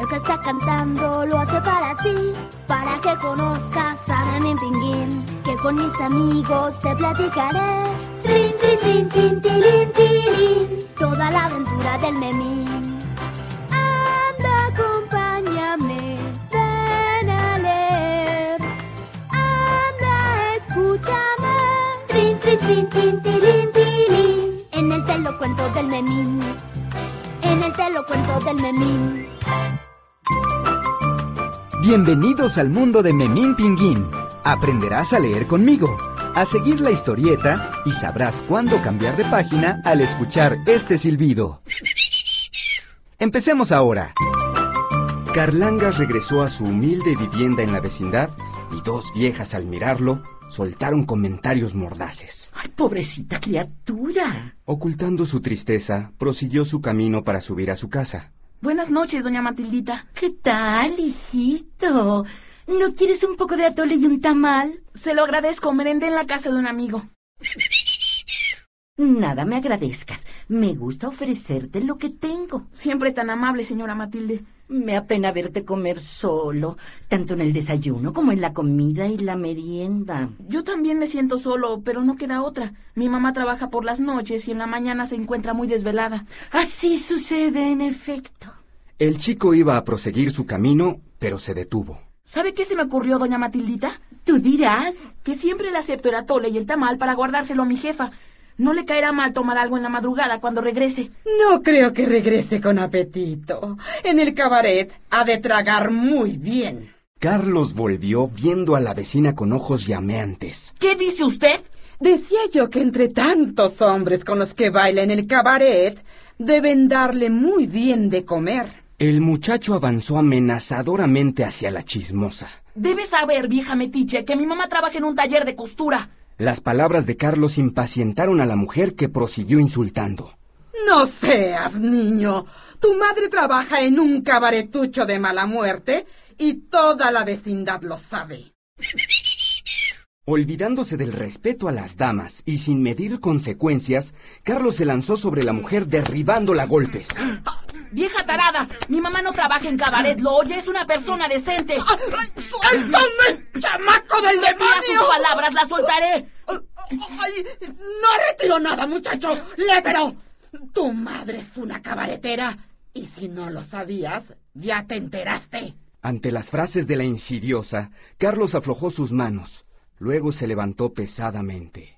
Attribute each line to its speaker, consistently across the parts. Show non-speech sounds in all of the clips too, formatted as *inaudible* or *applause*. Speaker 1: Lo que está cantando lo hace para ti, para que conozcas a Benjamín Pinguín, que con mis amigos te platicaré. Trin, trin, trin, trin, tilín, tilín, toda la aventura del memín. Anda, acompáñame, ven a leer. Anda, escúchame. Trin, trin, trin, trin, tilín, tilín, en el te lo cuento del memín. En el te lo cuento del memín.
Speaker 2: Bienvenidos al mundo de Memín Pinguín. Aprenderás a leer conmigo, a seguir la historieta y sabrás cuándo cambiar de página al escuchar este silbido. Empecemos ahora.
Speaker 3: Carlangas regresó a su humilde vivienda en la vecindad y dos viejas al mirarlo soltaron comentarios mordaces.
Speaker 4: ¡Ay, pobrecita criatura!
Speaker 3: Ocultando su tristeza, prosiguió su camino para subir a su casa.
Speaker 5: Buenas noches, doña Matildita.
Speaker 4: ¿Qué tal, hijito? ¿No quieres un poco de atole y un tamal?
Speaker 5: Se lo agradezco, merendé en la casa de un amigo.
Speaker 4: Nada me agradezcas. Me gusta ofrecerte lo que tengo.
Speaker 5: Siempre tan amable, señora Matilde.
Speaker 4: Me apena verte comer solo, tanto en el desayuno como en la comida y la merienda.
Speaker 5: Yo también me siento solo, pero no queda otra. Mi mamá trabaja por las noches y en la mañana se encuentra muy desvelada.
Speaker 4: Así sucede, en efecto.
Speaker 3: El chico iba a proseguir su camino, pero se detuvo.
Speaker 5: ¿Sabe qué se me ocurrió, doña Matildita?
Speaker 4: Tú dirás.
Speaker 5: Que siempre le acepto el atole y el tamal para guardárselo a mi jefa. No le caerá mal tomar algo en la madrugada cuando regrese.
Speaker 6: No creo que regrese con apetito. En el cabaret ha de tragar muy bien.
Speaker 3: Carlos volvió viendo a la vecina con ojos llameantes.
Speaker 5: ¿Qué dice usted?
Speaker 6: Decía yo que entre tantos hombres con los que baila en el cabaret, deben darle muy bien de comer.
Speaker 3: El muchacho avanzó amenazadoramente hacia la chismosa.
Speaker 5: Debe saber, vieja metiche, que mi mamá trabaja en un taller de costura.
Speaker 3: Las palabras de Carlos impacientaron a la mujer que prosiguió insultando.
Speaker 6: No seas niño. Tu madre trabaja en un cabaretucho de mala muerte y toda la vecindad lo sabe.
Speaker 3: Olvidándose del respeto a las damas y sin medir consecuencias, Carlos se lanzó sobre la mujer derribándola a golpes.
Speaker 5: ¡Vieja tarada! Mi mamá no trabaja en cabaret, lo oye, es una persona decente.
Speaker 6: ¡Suéltame, chamaco del
Speaker 5: Mira sus
Speaker 6: demonio!
Speaker 5: palabras, la soltaré.
Speaker 6: Ay, no retiro nada, muchacho. Lépero. Tu madre es una cabaretera. Y si no lo sabías, ya te enteraste.
Speaker 3: Ante las frases de la insidiosa, Carlos aflojó sus manos. Luego se levantó pesadamente.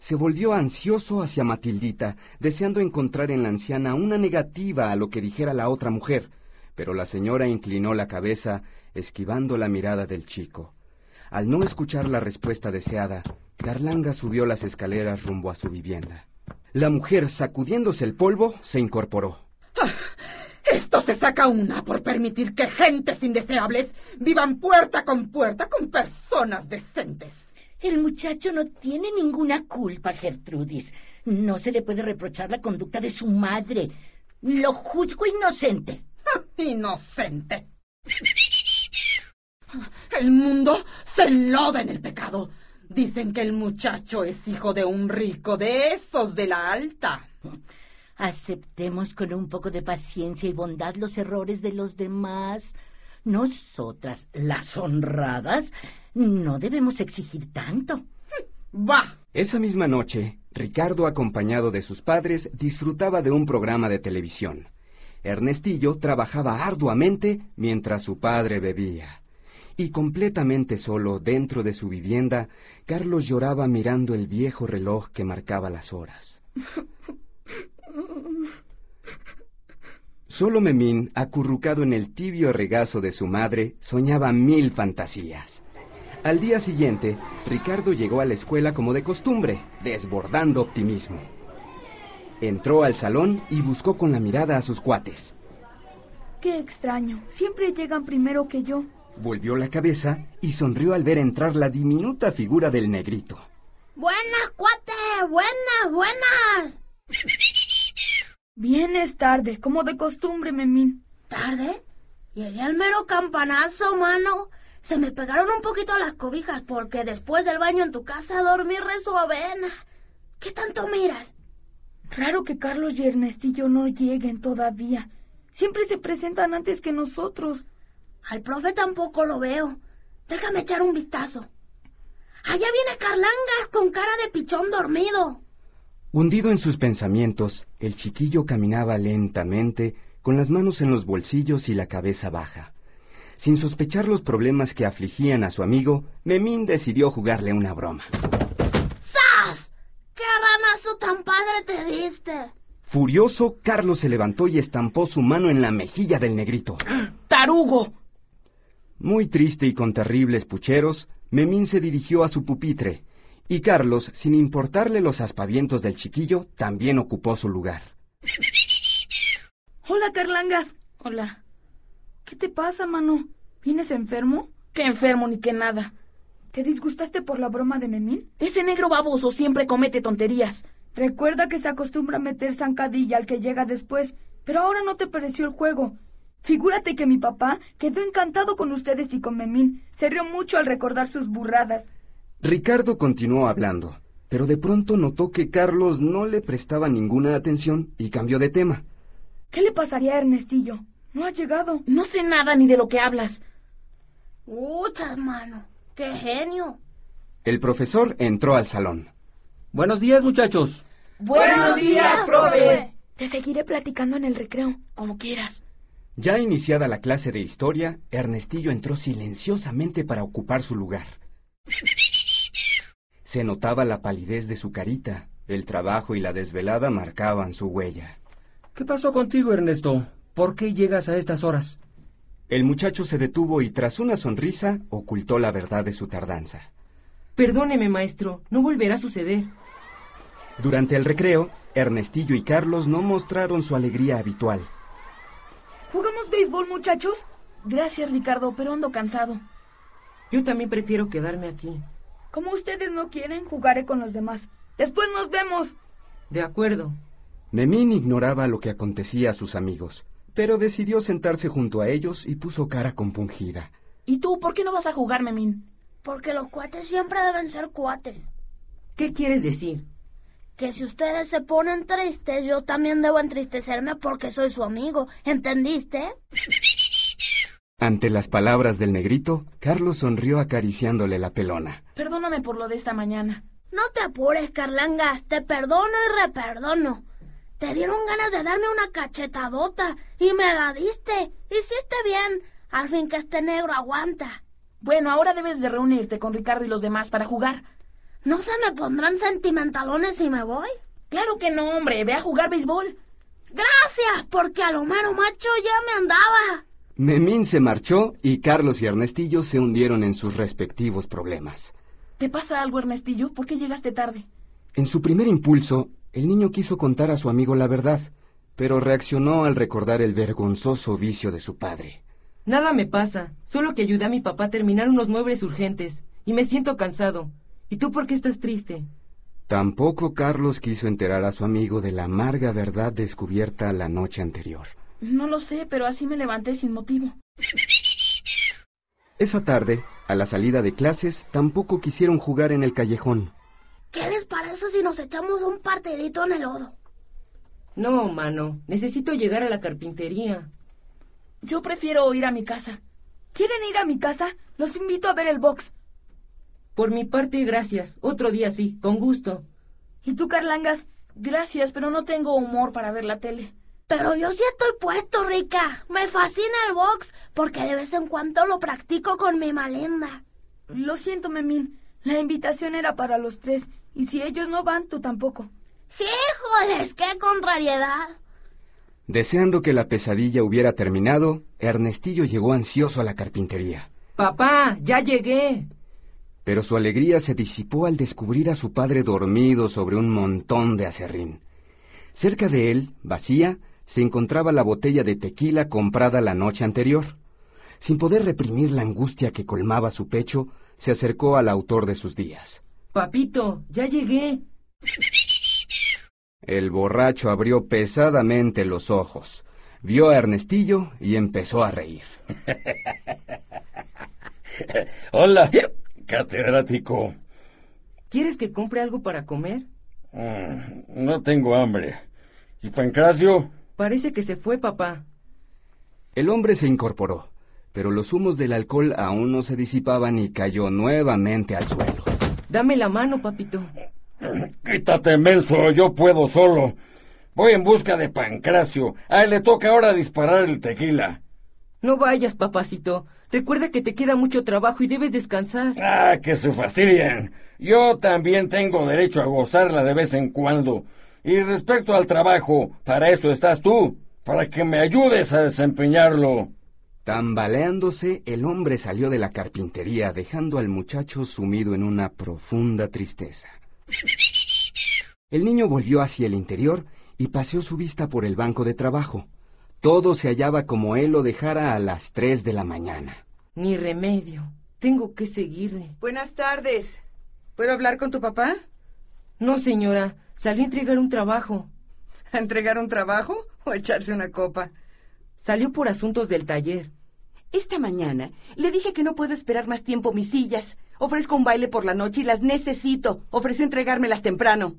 Speaker 3: Se volvió ansioso hacia Matildita, deseando encontrar en la anciana una negativa a lo que dijera la otra mujer, pero la señora inclinó la cabeza, esquivando la mirada del chico. Al no escuchar la respuesta deseada, Carlanga subió las escaleras rumbo a su vivienda. La mujer, sacudiéndose el polvo, se incorporó.
Speaker 6: Ah, Esto se saca una por permitir que gentes indeseables vivan puerta con puerta con personas decentes.
Speaker 4: El muchacho no tiene ninguna culpa, Gertrudis. No se le puede reprochar la conducta de su madre. Lo juzgo inocente.
Speaker 6: Ah, Inocente. Ah, El mundo se loda en el pecado. Dicen que el muchacho es hijo de un rico de esos de la alta.
Speaker 4: Aceptemos con un poco de paciencia y bondad los errores de los demás. Nosotras, las honradas, no debemos exigir tanto.
Speaker 6: Va.
Speaker 3: Esa misma noche, Ricardo, acompañado de sus padres, disfrutaba de un programa de televisión. Ernestillo trabajaba arduamente mientras su padre bebía. Y completamente solo dentro de su vivienda, Carlos lloraba mirando el viejo reloj que marcaba las horas. Solo Memín, acurrucado en el tibio regazo de su madre, soñaba mil fantasías. Al día siguiente, Ricardo llegó a la escuela como de costumbre, desbordando optimismo. Entró al salón y buscó con la mirada a sus cuates.
Speaker 7: Qué extraño. Siempre llegan primero que yo.
Speaker 3: Volvió la cabeza y sonrió al ver entrar la diminuta figura del negrito.
Speaker 1: Buenas, cuate, buenas, buenas.
Speaker 7: *laughs* Vienes tarde, como de costumbre, Memín.
Speaker 1: ¿Tarde? Llegué al mero campanazo, mano. Se me pegaron un poquito las cobijas porque después del baño en tu casa dormí rezo avena. ¿Qué tanto miras?
Speaker 7: Raro que Carlos y Ernestillo no lleguen todavía. Siempre se presentan antes que nosotros.
Speaker 1: Al profe tampoco lo veo. Déjame echar un vistazo. Allá viene Carlangas con cara de pichón dormido.
Speaker 3: Hundido en sus pensamientos, el chiquillo caminaba lentamente, con las manos en los bolsillos y la cabeza baja. Sin sospechar los problemas que afligían a su amigo, Memín decidió jugarle una broma.
Speaker 1: ¡Zas! ¡Qué ranazo tan padre te diste!
Speaker 3: Furioso, Carlos se levantó y estampó su mano en la mejilla del negrito.
Speaker 5: ¡Tarugo!
Speaker 3: Muy triste y con terribles pucheros, Memín se dirigió a su pupitre, y Carlos, sin importarle los aspavientos del chiquillo, también ocupó su lugar.
Speaker 7: Hola, Carlangas.
Speaker 5: Hola.
Speaker 7: ¿Qué te pasa, mano? ¿Vienes enfermo?
Speaker 5: Qué enfermo ni qué nada.
Speaker 7: ¿Te disgustaste por la broma de Memín?
Speaker 5: Ese negro baboso siempre comete tonterías.
Speaker 7: Recuerda que se acostumbra a meter zancadilla al que llega después, pero ahora no te pareció el juego. Figúrate que mi papá quedó encantado con ustedes y con Memín. Se rió mucho al recordar sus burradas.
Speaker 3: Ricardo continuó hablando, pero de pronto notó que Carlos no le prestaba ninguna atención y cambió de tema.
Speaker 7: ¿Qué le pasaría a Ernestillo? No ha llegado.
Speaker 5: No sé nada ni de lo que hablas.
Speaker 1: ¡Muchas, mano! ¡Qué genio!
Speaker 3: El profesor entró al salón.
Speaker 8: Buenos días, muchachos.
Speaker 6: Buenos días, profe.
Speaker 7: Te seguiré platicando en el recreo.
Speaker 5: Como quieras.
Speaker 3: Ya iniciada la clase de historia, Ernestillo entró silenciosamente para ocupar su lugar. Se notaba la palidez de su carita. El trabajo y la desvelada marcaban su huella.
Speaker 8: ¿Qué pasó contigo, Ernesto? ¿Por qué llegas a estas horas?
Speaker 3: El muchacho se detuvo y tras una sonrisa ocultó la verdad de su tardanza.
Speaker 9: Perdóneme, maestro, no volverá a suceder.
Speaker 3: Durante el recreo, Ernestillo y Carlos no mostraron su alegría habitual.
Speaker 7: ¿Jugamos béisbol, muchachos?
Speaker 5: Gracias, Ricardo, pero ando cansado.
Speaker 9: Yo también prefiero quedarme aquí.
Speaker 7: Como ustedes no quieren, jugaré con los demás. Después nos vemos.
Speaker 9: De acuerdo.
Speaker 3: Memín ignoraba lo que acontecía a sus amigos, pero decidió sentarse junto a ellos y puso cara compungida.
Speaker 5: ¿Y tú por qué no vas a jugar, Memín?
Speaker 1: Porque los cuates siempre deben ser cuates.
Speaker 9: ¿Qué quieres decir?
Speaker 1: Que si ustedes se ponen tristes, yo también debo entristecerme porque soy su amigo. ¿Entendiste?
Speaker 3: Ante las palabras del negrito, Carlos sonrió acariciándole la pelona.
Speaker 5: Perdóname por lo de esta mañana.
Speaker 1: No te apures, Carlangas. Te perdono y reperdono. Te dieron ganas de darme una cachetadota y me la diste. Hiciste bien. Al fin que este negro aguanta.
Speaker 5: Bueno, ahora debes de reunirte con Ricardo y los demás para jugar.
Speaker 1: ¿No se me pondrán sentimentalones si me voy?
Speaker 5: Claro que no, hombre. Ve a jugar béisbol.
Speaker 1: Gracias, porque a lo mero macho ya me andaba.
Speaker 3: Memín se marchó y Carlos y Ernestillo se hundieron en sus respectivos problemas.
Speaker 5: ¿Te pasa algo, Ernestillo? ¿Por qué llegaste tarde?
Speaker 3: En su primer impulso, el niño quiso contar a su amigo la verdad, pero reaccionó al recordar el vergonzoso vicio de su padre.
Speaker 9: Nada me pasa, solo que ayudé a mi papá a terminar unos muebles urgentes y me siento cansado. ¿Y tú por qué estás triste?
Speaker 3: Tampoco Carlos quiso enterar a su amigo de la amarga verdad descubierta la noche anterior.
Speaker 5: No lo sé, pero así me levanté sin motivo.
Speaker 3: Esa tarde, a la salida de clases, tampoco quisieron jugar en el callejón.
Speaker 1: ¿Qué les parece si nos echamos un partidito en el lodo?
Speaker 9: No, mano, necesito llegar a la carpintería.
Speaker 5: Yo prefiero ir a mi casa.
Speaker 7: ¿Quieren ir a mi casa? Los invito a ver el box.
Speaker 9: Por mi parte, gracias. Otro día sí, con gusto.
Speaker 7: ¿Y tú, Carlangas?
Speaker 5: Gracias, pero no tengo humor para ver la tele.
Speaker 1: Pero yo sí estoy puesto, Rica. Me fascina el box porque de vez en cuando lo practico con mi malinda.
Speaker 7: Lo siento, Memín. La invitación era para los tres. Y si ellos no van, tú tampoco.
Speaker 1: Sí, joder, qué contrariedad.
Speaker 3: Deseando que la pesadilla hubiera terminado, Ernestillo llegó ansioso a la carpintería.
Speaker 9: Papá, ya llegué.
Speaker 3: Pero su alegría se disipó al descubrir a su padre dormido sobre un montón de acerrín. Cerca de él, vacía, se encontraba la botella de tequila comprada la noche anterior. Sin poder reprimir la angustia que colmaba su pecho, se acercó al autor de sus días.
Speaker 9: Papito, ya llegué.
Speaker 3: El borracho abrió pesadamente los ojos, vio a Ernestillo y empezó a reír.
Speaker 10: Hola, catedrático.
Speaker 9: ¿Quieres que compre algo para comer?
Speaker 10: Mm, No tengo hambre. ¿Y Pancracio?
Speaker 9: Parece que se fue, papá.
Speaker 3: El hombre se incorporó, pero los humos del alcohol aún no se disipaban y cayó nuevamente al suelo.
Speaker 11: Dame la mano, papito.
Speaker 10: *clears throat* Quítate, menso, yo puedo solo. Voy en busca de Pancracio. A él le toca ahora disparar el tequila.
Speaker 11: No vayas, papacito. Recuerda que te queda mucho trabajo y debes descansar.
Speaker 10: Ah, que se fastidian. Yo también tengo derecho a gozarla de vez en cuando. Y respecto al trabajo, para eso estás tú, para que me ayudes a desempeñarlo.
Speaker 3: Tambaleándose, el hombre salió de la carpintería, dejando al muchacho sumido en una profunda tristeza. El niño volvió hacia el interior y paseó su vista por el banco de trabajo. Todo se hallaba como él lo dejara a las tres de la mañana.
Speaker 11: Ni remedio. Tengo que seguirle.
Speaker 6: Buenas tardes. ¿Puedo hablar con tu papá?
Speaker 11: No, señora. Salí a entregar un trabajo.
Speaker 6: ¿A entregar un trabajo o a echarse una copa?
Speaker 11: Salió por asuntos del taller.
Speaker 6: Esta mañana le dije que no puedo esperar más tiempo mis sillas. Ofrezco un baile por la noche y las necesito. Ofreció entregármelas temprano.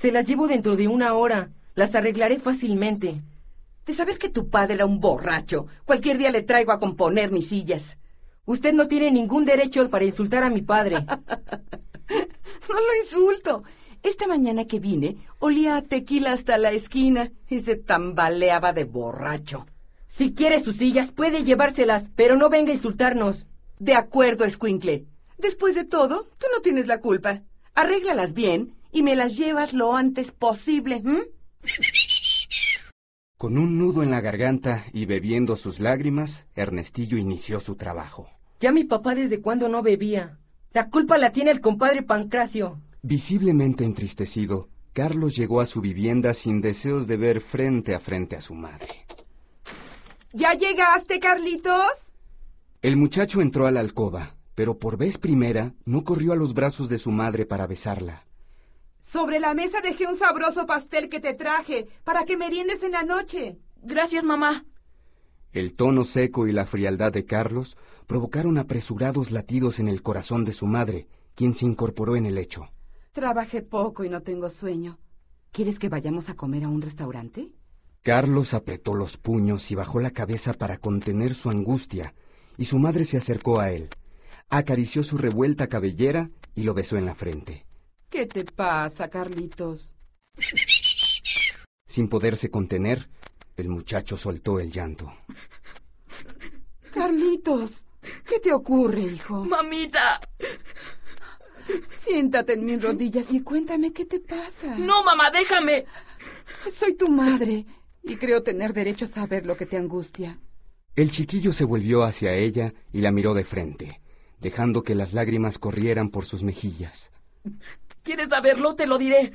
Speaker 11: Se las llevo dentro de una hora. Las arreglaré fácilmente.
Speaker 6: De saber que tu padre era un borracho, cualquier día le traigo a componer mis sillas.
Speaker 11: Usted no tiene ningún derecho para insultar a mi padre.
Speaker 6: *laughs* no lo insulto. Esta mañana que vine, olía a tequila hasta la esquina y se tambaleaba de borracho.
Speaker 11: Si quiere sus sillas, puede llevárselas, pero no venga a insultarnos.
Speaker 6: De acuerdo, escuincle. Después de todo, tú no tienes la culpa. Arréglalas bien y me las llevas lo antes posible. ¿m?
Speaker 3: Con un nudo en la garganta y bebiendo sus lágrimas, Ernestillo inició su trabajo.
Speaker 11: Ya mi papá desde cuando no bebía. La culpa la tiene el compadre Pancracio.
Speaker 3: Visiblemente entristecido, Carlos llegó a su vivienda sin deseos de ver frente a frente a su madre.
Speaker 6: ¿Ya llegaste, Carlitos?
Speaker 3: El muchacho entró a la alcoba, pero por vez primera no corrió a los brazos de su madre para besarla.
Speaker 6: Sobre la mesa dejé un sabroso pastel que te traje para que meriendes en la noche.
Speaker 5: Gracias, mamá.
Speaker 3: El tono seco y la frialdad de Carlos provocaron apresurados latidos en el corazón de su madre, quien se incorporó en el hecho.
Speaker 6: Trabajé poco y no tengo sueño. ¿Quieres que vayamos a comer a un restaurante?
Speaker 3: Carlos apretó los puños y bajó la cabeza para contener su angustia, y su madre se acercó a él, acarició su revuelta cabellera y lo besó en la frente.
Speaker 6: ¿Qué te pasa, Carlitos?
Speaker 3: Sin poderse contener, el muchacho soltó el llanto.
Speaker 6: Carlitos, ¿qué te ocurre, hijo?
Speaker 5: Mamita.
Speaker 6: Siéntate en mis rodillas y cuéntame qué te pasa.
Speaker 5: No, mamá, déjame.
Speaker 6: Soy tu madre y creo tener derecho a saber lo que te angustia.
Speaker 3: El chiquillo se volvió hacia ella y la miró de frente, dejando que las lágrimas corrieran por sus mejillas.
Speaker 5: ¿Quieres saberlo? Te lo diré.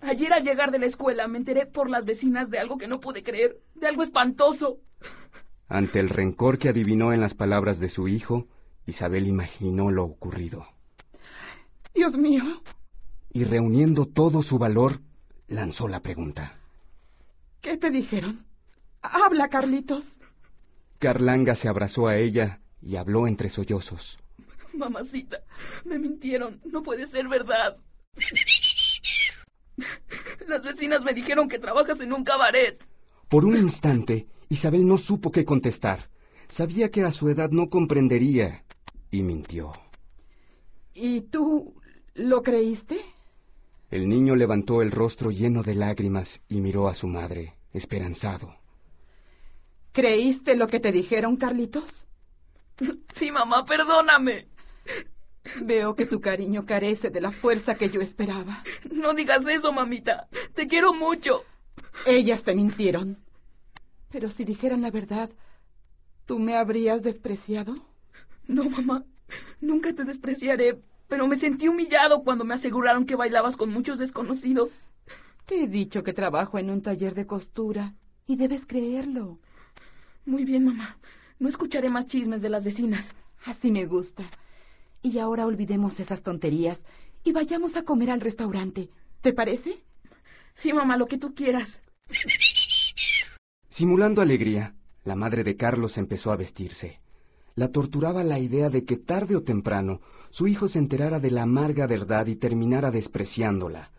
Speaker 5: Ayer al llegar de la escuela me enteré por las vecinas de algo que no pude creer, de algo espantoso.
Speaker 3: Ante el rencor que adivinó en las palabras de su hijo, Isabel imaginó lo ocurrido.
Speaker 6: Dios mío.
Speaker 3: Y reuniendo todo su valor, lanzó la pregunta.
Speaker 6: ¿Qué te dijeron? Habla, Carlitos.
Speaker 3: Carlanga se abrazó a ella y habló entre sollozos.
Speaker 5: Mamacita, me mintieron. No puede ser verdad. Las vecinas me dijeron que trabajas en un cabaret.
Speaker 3: Por un instante, Isabel no supo qué contestar. Sabía que a su edad no comprendería y mintió.
Speaker 6: ¿Y tú lo creíste?
Speaker 3: El niño levantó el rostro lleno de lágrimas y miró a su madre, esperanzado.
Speaker 6: ¿Creíste lo que te dijeron, Carlitos?
Speaker 5: Sí, mamá, perdóname.
Speaker 6: Veo que tu cariño carece de la fuerza que yo esperaba.
Speaker 5: No digas eso, mamita. Te quiero mucho.
Speaker 6: Ellas te mintieron. Pero si dijeran la verdad, ¿tú me habrías despreciado?
Speaker 5: No, mamá. Nunca te despreciaré. Pero me sentí humillado cuando me aseguraron que bailabas con muchos desconocidos.
Speaker 6: Te he dicho que trabajo en un taller de costura. Y debes creerlo.
Speaker 5: Muy bien, mamá. No escucharé más chismes de las vecinas.
Speaker 6: Así me gusta. Y ahora olvidemos esas tonterías y vayamos a comer al restaurante. ¿Te parece?
Speaker 5: Sí, mamá, lo que tú quieras.
Speaker 3: Simulando alegría, la madre de Carlos empezó a vestirse. La torturaba la idea de que tarde o temprano su hijo se enterara de la amarga verdad y terminara despreciándola.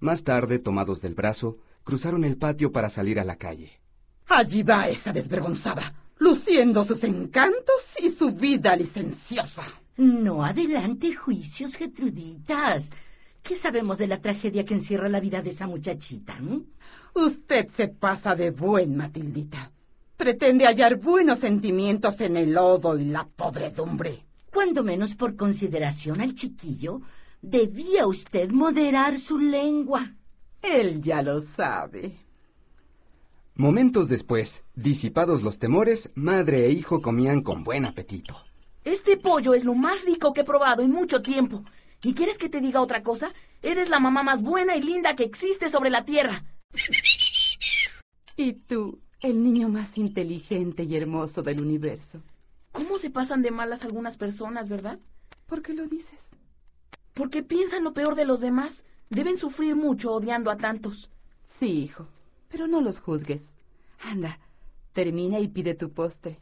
Speaker 3: Más tarde, tomados del brazo, cruzaron el patio para salir a la calle.
Speaker 12: Allí va esa desvergonzada.
Speaker 6: luciendo sus encantos y su vida licenciosa.
Speaker 4: No adelante juicios, Getruditas. ¿Qué sabemos de la tragedia que encierra la vida de esa muchachita? mm? ¿m?
Speaker 6: Usted se pasa de buen, Matildita. Pretende hallar buenos sentimientos en el lodo y la podredumbre.
Speaker 4: Cuando menos por consideración al chiquillo, debía usted moderar su lengua.
Speaker 11: Él ya lo sabe.
Speaker 3: Momentos después, disipados los temores, madre e hijo comían con buen apetito.
Speaker 5: Este pollo es lo más rico que he probado en mucho tiempo. ¿Y quieres que te diga otra cosa? Eres la mamá más buena y linda que existe sobre la tierra.
Speaker 11: Y tú, el niño más inteligente y hermoso del universo.
Speaker 5: ¿Cómo se pasan de malas algunas personas, verdad?
Speaker 11: ¿Por qué lo dices?
Speaker 5: Porque piensan lo peor de los demás. Deben sufrir mucho odiando a tantos.
Speaker 11: Sí, hijo, pero no los juzgues. Anda, termina y pide tu postre.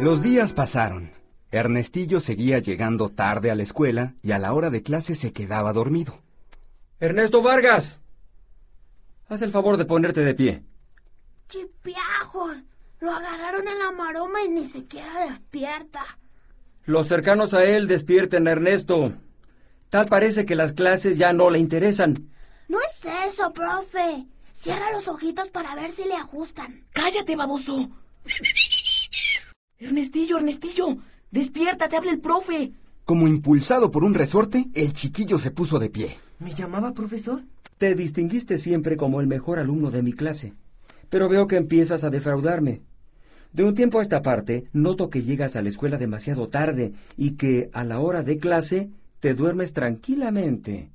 Speaker 3: Los días pasaron. Ernestillo seguía llegando tarde a la escuela y a la hora de clase se quedaba dormido.
Speaker 8: Ernesto Vargas. Haz el favor de ponerte de pie.
Speaker 1: ¡Chipiajos! Lo agarraron en la maroma y ni siquiera despierta.
Speaker 8: Los cercanos a él despierten a Ernesto. Tal parece que las clases ya no le interesan.
Speaker 1: No es eso, profe. Cierra los ojitos para ver si le ajustan.
Speaker 5: ¡Cállate, baboso! Ernestillo, Ernestillo, despierta, te habla el profe.
Speaker 3: Como impulsado por un resorte, el chiquillo se puso de pie.
Speaker 9: ¿Me llamaba profesor?
Speaker 8: Te distinguiste siempre como el mejor alumno de mi clase, pero veo que empiezas a defraudarme. De un tiempo a esta parte, noto que llegas a la escuela demasiado tarde y que, a la hora de clase, te duermes tranquilamente.